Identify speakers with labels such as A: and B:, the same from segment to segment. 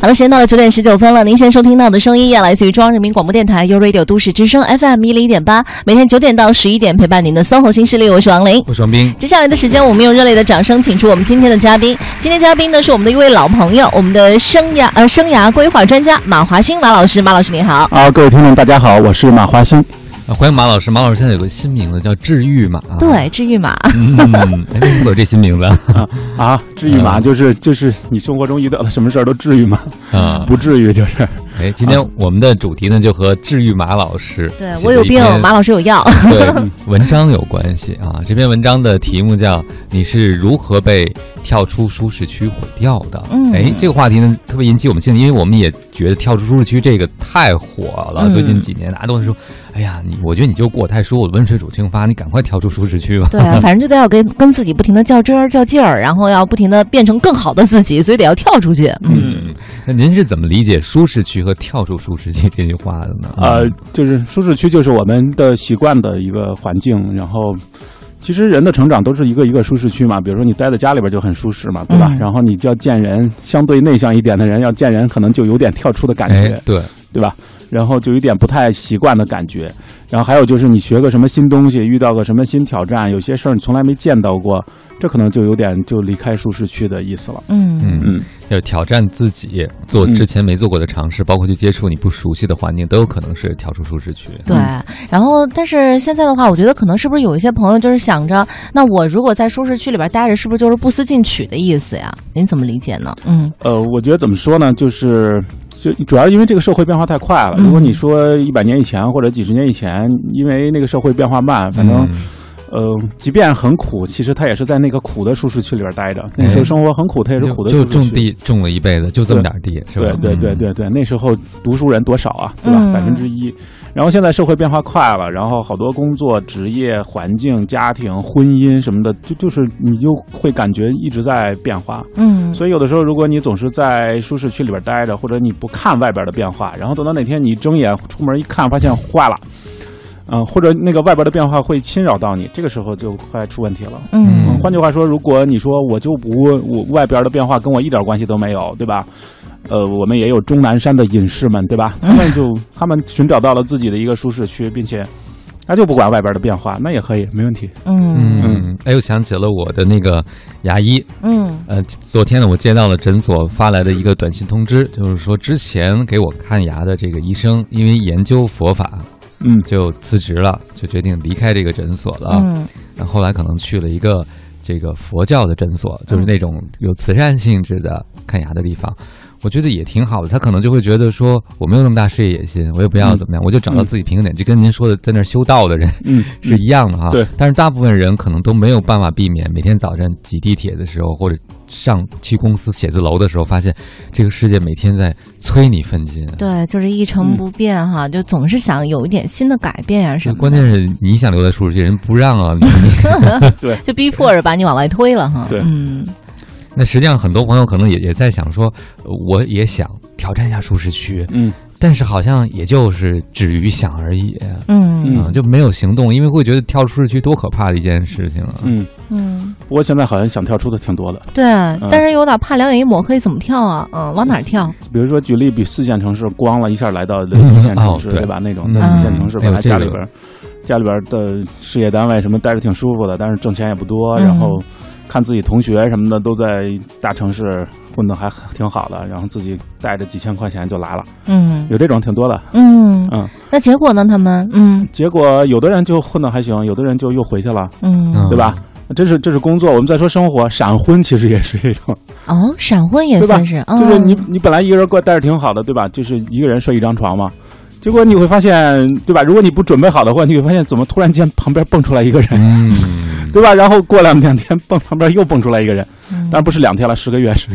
A: 好了，时间到了九点十九分了。您现在收听到的声音也来自于中央人民广播电台 u Radio 都市之声 FM 一零一点八，每天九点到十一点陪伴您的 SOHO 新势力，我是王琳。
B: 我是王斌。
A: 接下来的时间，我们用热烈的掌声请出我们今天的嘉宾。今天嘉宾呢是我们的一位老朋友，我们的生涯呃生涯规划专家马华兴马老师。马老师您好，
C: 啊，各位听众，大家好，我是马华兴。
B: 呃欢迎马老师，马老师现在有个新名字叫治愈马。
A: 对，治愈马，
B: 啊嗯，哎为什么有这新名字？
C: 啊，至于吗？
B: 嗯
C: 就是就是你生活中遇到的什么事儿都至于吗？
B: 啊，
C: 不至于， 就是
B: 哎，今天我们的主题呢就和治愈马老师
A: 对
B: 写
A: 我
B: 的
A: 有
B: 一
A: 病，
B: 篇
A: 马老师有药。
B: 对文章有关系啊。这篇文章的题目叫《你是如何被跳出舒适区毁掉的》。
A: 嗯
B: 哎，这个话题呢特别引起我们兴趣，因为我们也觉得跳出舒适区这个太火了。
A: 嗯
B: 最近几年，大家都会说，哎呀，你我觉得你就过太舒服，温水煮青蛙，你赶快跳出舒适区吧。
A: 对啊，反正就得要跟跟自己不停的较真儿、较劲儿，然后要不停的变成更好的自己，所以得要跳出去。嗯，
B: 嗯，那您是怎么理解“舒适区”和“跳出舒适区”这句话的呢？嗯
C: 呃，就是舒适区，就是我们的习惯的一个环境。然后，其实人的成长都是一个一个舒适区嘛。比如说你待在家里边就很舒适嘛，对吧？
A: 嗯
C: 然后你就要见人，相对内向一点的人要见人，可能就有点跳出的感觉。
B: 哎，对，
C: 对吧？然后就有点不太习惯的感觉。然后还有就是你学个什么新东西，遇到个什么新挑战，有些事儿你从来没见到过，这可能就有点就离开舒适区的意思了。
A: 嗯，
B: 嗯，
C: 嗯，
B: 就是挑战自己，做之前没做过的尝试，包括去接触你不熟悉的环境，都有可能是跳出舒适区。
A: 对。然后，但是现在的话，我觉得可能是不是有一些朋友就是想着，那我如果在舒适区里边待着，是不是就是不思进取的意思呀？您怎么理解呢？嗯
C: 呃，我觉得怎么说呢，就是。就主要是因为这个社会变化太快了。
A: 嗯
C: 如果你说一百年以前或者几十年以前，因为那个社会变化慢，反
B: 嗯
C: 正、呃，即便很苦，其实他也是在那个苦的舒适区里边待着。那个时候生活很苦，他也
B: 嗯
C: 是
B: 就
C: 苦的舒
B: 就
C: 适区。
B: 种地种了一辈子，就这么点地，是吧
C: 对？对对
B: 嗯，
C: 对对，那时候读书人多少啊，对吧？
A: 嗯
C: 百分之一。然后现在社会变化快了，然后好多工作、职业、环境、家庭、婚姻什么的，就就是你就会感觉一直在变化。
A: 嗯，
C: 所以有的时候，如果你总是在舒适区里边待着，或者你不看外边的变化，然后等到哪天你睁眼出门一看，发现坏了，嗯、或者那个外边的变化会侵扰到你，这个时候就快出问题了。
A: 嗯
C: 嗯，换句话说，如果你说我就不我外边的变化跟我一点关系都没有，对吧？呃，我们也有钟南山的隐士们，对吧？他们就他们寻找到了自己的一个舒适区，并且他就不管外边的变化，那也可以，没问题。
A: 嗯
B: 嗯，哎，又想起了我的那个牙医，
A: 嗯
B: 呃，昨天呢，我接到了诊所发来的一个短信通知，就是说之前给我看牙的这个医生，因为研究佛法
C: 嗯
B: 就辞职了，就决定离开这个诊所
C: 啊
B: 了。
A: 嗯
B: 然后后来可能去了一个这个佛教的诊所，
C: 嗯
B: 就是那种有慈善性质的看牙的地方，我觉得也挺好的。他可能就会觉得说，我没有那么大事业野心，我也不要怎么样，我就找到自己平衡点，就跟您说的在那儿修道的人
C: 嗯，
B: 是一样的哈。
C: 对。
B: 但是大部分人可能都没有办法避免，每天早晨挤地铁的时候，或者上去公司写字楼的时候，发现这个世界每天在催你奋进。
A: 对，就是一成不变哈，就总是想有一点新的改变呀、什么的，
B: 关键是你想留在舒适区，人不让啊！你
A: 就逼迫着把你往外推了哈。
C: 对
A: 嗯
B: 那实际上，很多朋友可能也也在想说，呃我也想挑战一下舒适区，
C: 嗯
B: 但是好像也就是止于想而已，
A: 嗯
B: 啊，就没有行动，因为会觉得跳出舒适区多可怕的一件事情啊！
C: 嗯。
A: 嗯，
C: 不过现在好像想跳出的挺多的，
A: 对，但是有点怕两眼一抹黑，怎么跳啊？嗯，往哪儿跳？
C: 比如说举例，比四线城市光了一下来到一线城市，
B: 嗯哦对
C: 对吧？那种在四线城市
B: 嗯
C: 本
B: 还有
C: 来
B: 这
C: 家
B: 个
C: 里边、家里边的事业单位什么待着挺舒服的，但是挣钱也不多，
A: 嗯
C: 然后看自己同学什么的都在大城市混得还挺好的，然后自己带着几千块钱就来了，
A: 嗯
C: 有这种挺多的。
A: 嗯，
C: 嗯，
A: 那结果呢？他们嗯
C: 结果有的人就混得还行，有的人就又回去了，
A: 嗯
C: 对吧？这是这是工作，我们再说生活，闪婚其实也是一种，
A: 哦，闪婚也
C: 对吧
A: 算是，嗯
C: 就是你你本来一个人过待着挺好的，对吧？就是一个人睡一张床嘛。结果你会发现，对吧？如果你不准备好的话，你会发现怎么突然间旁边蹦出来一个人，
B: 嗯，
C: 对吧？然后过两两天蹦旁边又蹦出来一个人，当然不是两天了，十个月是。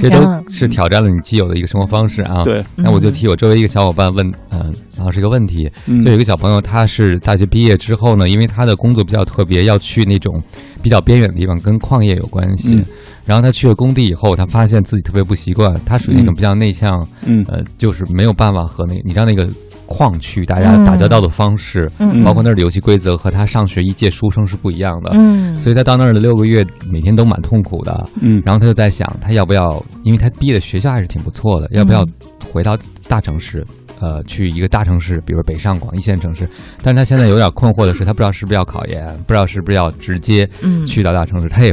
B: 这
A: 然后嗯
B: 都是挑战了你既有的一个生活方式啊。，
C: 对，
B: 那我就替我周围一个小伙伴问，嗯，老师一个问题，
C: 嗯
B: 就有一个小朋友，他是大学毕业之后呢，因为他的工作比较特别，要去那种比较边远的地方，跟矿业有关系。
C: 嗯
B: 然后他去了工地以后，他发现自己特别不习惯，他属于那种
C: 嗯
B: 比较内向，
C: 嗯
B: 呃，就是没有办法和那你知道那个矿区大家打交道的方式，
A: 嗯
B: 包括那儿的游戏规则和他上学一届书生是不一样的。
A: 嗯，
B: 所以他到那儿的六个月，每天都蛮痛苦的。
C: 嗯，
B: 然后他就在想，他要不要？因为他毕业的学校还是挺不错的，要不要
A: 嗯
B: 回到大城市？呃，去一个大城市，比如北上广一线城市。但是他现在有点困惑的是，他不知道是不是要考研，不知道是不是要直接
A: 嗯
B: 去到大城市。他也，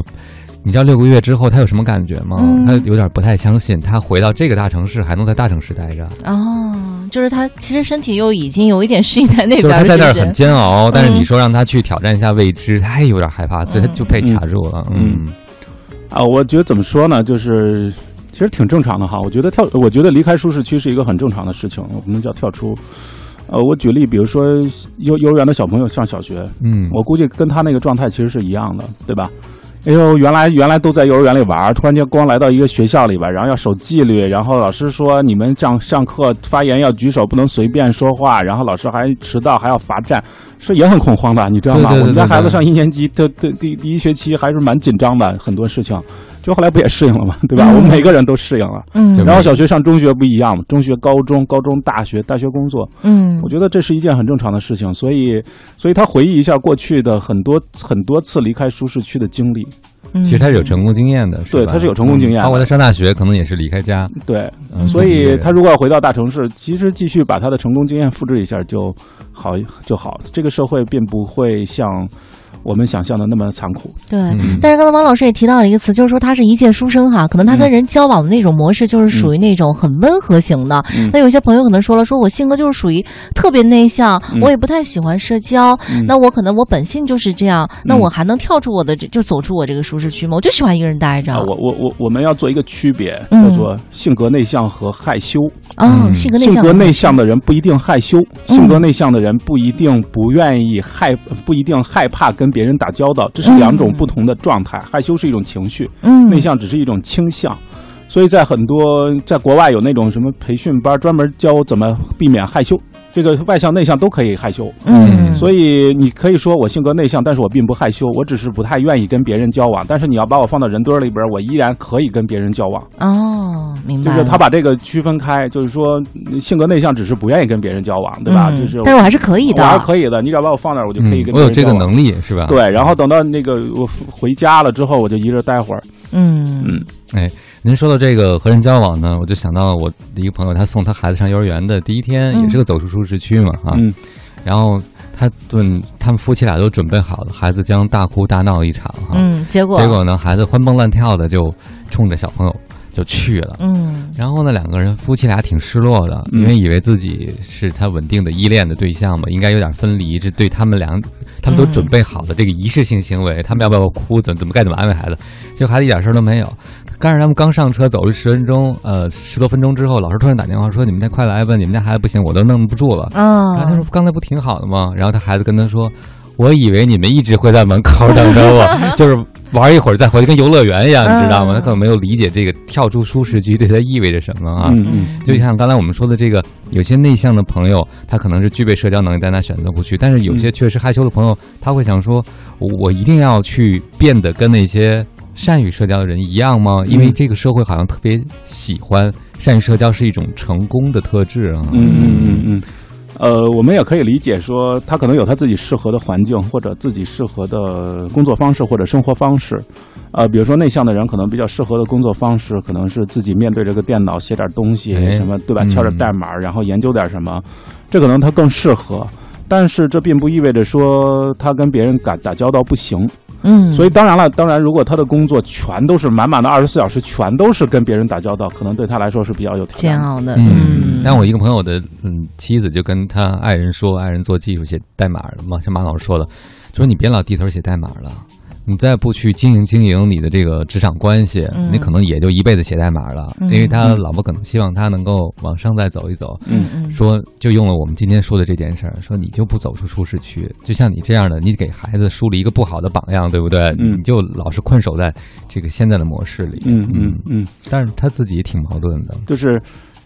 B: 你知道六个月之后他有什么感觉吗？
A: 嗯
B: 他有点不太相信，他回到这个大城市还能在大城市待着。
A: 哦，就是他其实身体又已经有一点适应在那
B: 就
A: 边了，
B: 是他在那儿
A: 是不是
B: 很煎熬，但是
A: 嗯
B: 你说让他去挑战一下未知，他也有点害怕，所以他就被卡住了。
C: 嗯
B: 嗯
C: 啊，我觉得怎么说呢，就是其实挺正常的哈。我觉得跳，我觉得离开舒适区是一个很正常的事情，我不能叫跳出。呃，我举例，比如说幼幼儿园的小朋友上小学，
B: 嗯，
C: 我估计跟他那个状态其实是一样的，对吧？哎呦，原来原来都在幼儿园里玩儿，突然间光来到一个学校里边儿，然后要守纪律，然后老师说你们上上课发言要举手，不能随便说话，然后老师还迟到还要罚站，是也很恐慌的，你知道吗？
B: 对对对
C: 我们家
B: 对对
C: 孩子上一年级的的第第一学期还是蛮紧张的，很多事情，就后来不也适应了嘛，对吧？
A: 嗯
C: 我们每个人都适应了。
A: 嗯
B: 就
C: 然后小学上中学不一样嘛，中学、高中、高中、大学、大学工作，
A: 嗯
C: 我觉得这是一件很正常的事情，所以，所以他回忆一下过去的很多很多次离开舒适区的经历，
A: 嗯
B: 其实他是有成功经验的，
C: 对
B: 吧嗯
C: 他是有成功经验的
B: 包括他上大学可能也是离开家，
C: 对，
B: 嗯
C: 所以他
B: 嗯
C: 如果要回到大城市，其实继续把他的成功经验复制一下就好就好，这个社会并不会像我们想象的那么残酷。
A: 对。
B: 嗯
A: 但是刚才王老师也提到了一个词，就是说他是一介书生哈，可能他跟人交往的那种模式就是属于那种很温和型的。
C: 嗯
A: 那有些朋友可能说了，说我性格就是属于特别内向，
C: 嗯
A: 我也不太喜欢社交，
C: 嗯
A: 那我可能我本性就是这样，那
C: 嗯
A: 我还能跳出我的这就走出我这个舒适区吗？我就喜欢一个人待着。
C: 啊，我我我我们要做一个区别，
A: 嗯
C: 叫做性格内向和害羞。
A: 哦，
B: 嗯
A: 性格内
C: 性
A: 向，嗯
C: 格内向的人不一定害羞，性格内向的人不一定不愿意害，不一定害怕跟别人打交道，这是两种
A: 嗯
C: 不同的状态。害羞是一种情绪，
A: 嗯，
C: 内向只是一种倾向。所以在很多在国外有那种什么培训班，专门教怎么避免害羞。这个外向内向都可以害羞，
A: 嗯，
C: 所以你可以说我性格内向，但是我并不害羞，我只是不太愿意跟别人交往。但是你要把我放到人堆儿里边儿，我依然可以跟别人交往。
A: 哦，明
C: 就
A: 白
C: 是
A: 了。
C: 他把这个区分开，就是说性格内向只是不愿意跟别人交往，对吧？
A: 嗯
C: 就是我
A: 但是我还是可以
C: 我还是
A: 的，
C: 可以的，你只要把我放那儿，我就可以
B: 嗯
C: 跟别人交
B: 我
C: 往。
B: 有这个能力啊是吧？，
C: 对，然后等到那个我回家了之后，我就一个人待会儿。
A: 嗯
C: 嗯
B: 您说到这个和人交往呢，我就想到了我的一个朋友，他送他孩子上幼儿园的第一天，
A: 嗯
B: 也是个走出舒适区嘛啊，
C: 嗯
B: 然后他准他们夫妻俩都准备好了，孩子将大哭大闹一场哈，
A: 嗯，结果
B: 结果呢，孩子欢蹦乱跳的就冲着小朋友就去了。
A: 嗯
B: 然后呢，两个人夫妻俩挺失落的，
C: 嗯
B: 因为以为自己是他稳定的依恋的对象嘛，应该有点分离。这对他们俩，他们都准备好了这个仪式性行为，他们要不要哭，怎么怎么该怎么安慰孩子，结果孩子一点事儿都没有。但是他们刚上车走了十分钟，呃，十多分钟之后，老师突然打电话说：“你们家快来吧，你们家孩子不行，我都弄不住了。”然后他说
C: 哦
A: 啊，：“
B: 刚才不挺好的吗？”然后他孩子跟他说：“我以为你们一直会在门口等着 我，就是玩一会儿再回去，跟游乐园一样，你知道吗？”
A: 嗯
B: 他可能没有理解这个跳出舒适区对他意味着什么啊。
C: 嗯嗯
A: 嗯
B: 就像刚才我们说的，这个有些内向的朋友，他可能是具备社交能力，但他选择不去；但是有些确实害羞的朋友，他会想说：“我我一定要去变得跟那些善于社交的人一样吗？因为
C: 嗯
B: 这个社会好像特别喜欢善于社交是一种成功的特质啊。”
C: 嗯嗯嗯嗯。呃，我们也可以理解说，他可能有他自己适合的环境，或者自己适合的工作方式，或者生活方式。呃，比如说内向的人可能比较适合的工作方式，可能是自己面对着个电脑写点东西，
B: 哎
C: 什么对吧？
B: 嗯
C: 敲着代码，然后研究点什么，这可能他更适合。但是这并不意味着说他跟别人打打交道不行。
A: 嗯，
C: 所以当然了，当然如果他的工作全都是满满的二十四小时，全都是跟别人打交道，可能对他来说是比较有挑
A: 煎
C: 战的。
A: 熬的，
B: 嗯，
A: 嗯，
B: 但我一个朋友的嗯妻子就跟他爱人说，爱人做技术写代码的嘛，像马老师说的，说你别老低头写代码了。你再不去经营经营你的这个职场关系，
A: 嗯
B: 你可能也就一辈子写代码了。
A: 嗯
B: 因为他老婆可能希望他能够往上再走一走，
A: 嗯嗯
B: 说就用了我们今天说的这件事儿，说你就不走出舒适区，就像你这样的，你给孩子树立一个不好的榜样，对不对？
C: 嗯
B: 你就老是困守在这个现在的模式里。
C: 嗯嗯嗯，
B: 但是他自己也挺矛盾的。
C: 就是。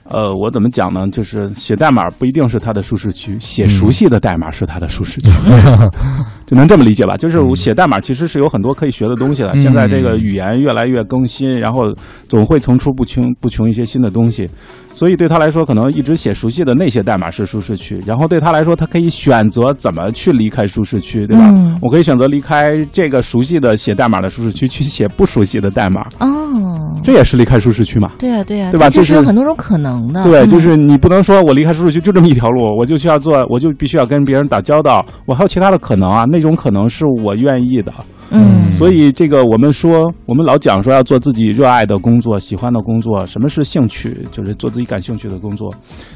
C: 呃，我怎么讲呢？就是写代码不一定是他的舒适区，写熟悉的代码是他的舒适区，就能这么理解吧？就是我写代码其实是有很多可以学的东西的。
B: 嗯
C: 现在这个语言越来越更新，然后总会层出不穷不穷一些新的东西，所以对他来说，可能一直写熟悉的那些代码是舒适区。然后对他来说，他可以选择怎么去离开舒适区，对吧？
A: 嗯
C: 我可以选择离开这个熟悉的写代码的舒适区，去写不熟悉的代码，
A: 哦，
C: 这也是离开舒适区嘛。
A: 对呀、啊对呀、
C: 对吧
A: 它其
C: 就是
A: 实有很多种可能的。
C: 对，
A: 嗯
C: 就是你不能说我离开舒适区就这么一条路，我就需要做，我就必须要跟别人打交道，我还有其他的可能啊，那种可能是我愿意的。
A: 嗯
C: 所以这个我们说，我们老讲说要做自己热爱的工作、喜欢的工作，什么是兴趣？就是做自己感兴趣的工作。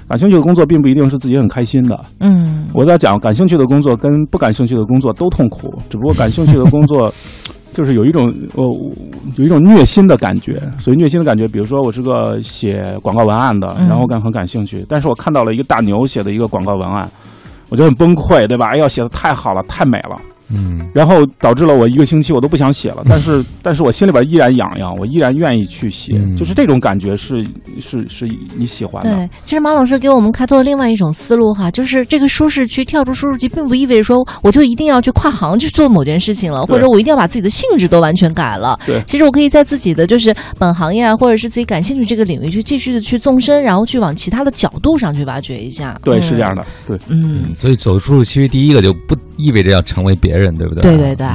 C: 感兴趣的工作并不一定是自己很开心的。
A: 嗯
C: 我在讲感兴趣的工作跟不感兴趣的工作都痛苦，只不过感兴趣的工作 就是有一种呃有一种虐心的感觉。所以虐心的感觉，比如说我是个写广告文案的，
A: 嗯
C: 然后我感很感兴趣，但是我看到了一个大牛写的一个广告文案，我就很崩溃，对吧？哎呀，写的太好了，太美了。
B: 嗯
C: 然后导致了我一个星期我都不想写了，但是但是我心里边依然痒痒，我依然愿意去写，
B: 嗯
C: 就是这种感觉是是是你喜欢的。
A: 对，其实马老师给我们开拓了另外一种思路哈，就是这个舒适区跳出舒适区，并不意味着说我就一定要去跨行去做某件事情了，
C: 对
A: 或者我一定要把自己的性质都完全改了。
C: 对
A: 其实我可以在自己的就是本行业啊，或者是自己感兴趣这个领域去继续的去纵深，然后去往其他的角度上去挖掘一下。
C: 对，
A: 嗯
C: 是这样。的，对。
A: 嗯，
B: 嗯，所以走出舒适区，第一个就不意味着要成为别人，对不对？
A: 对对对。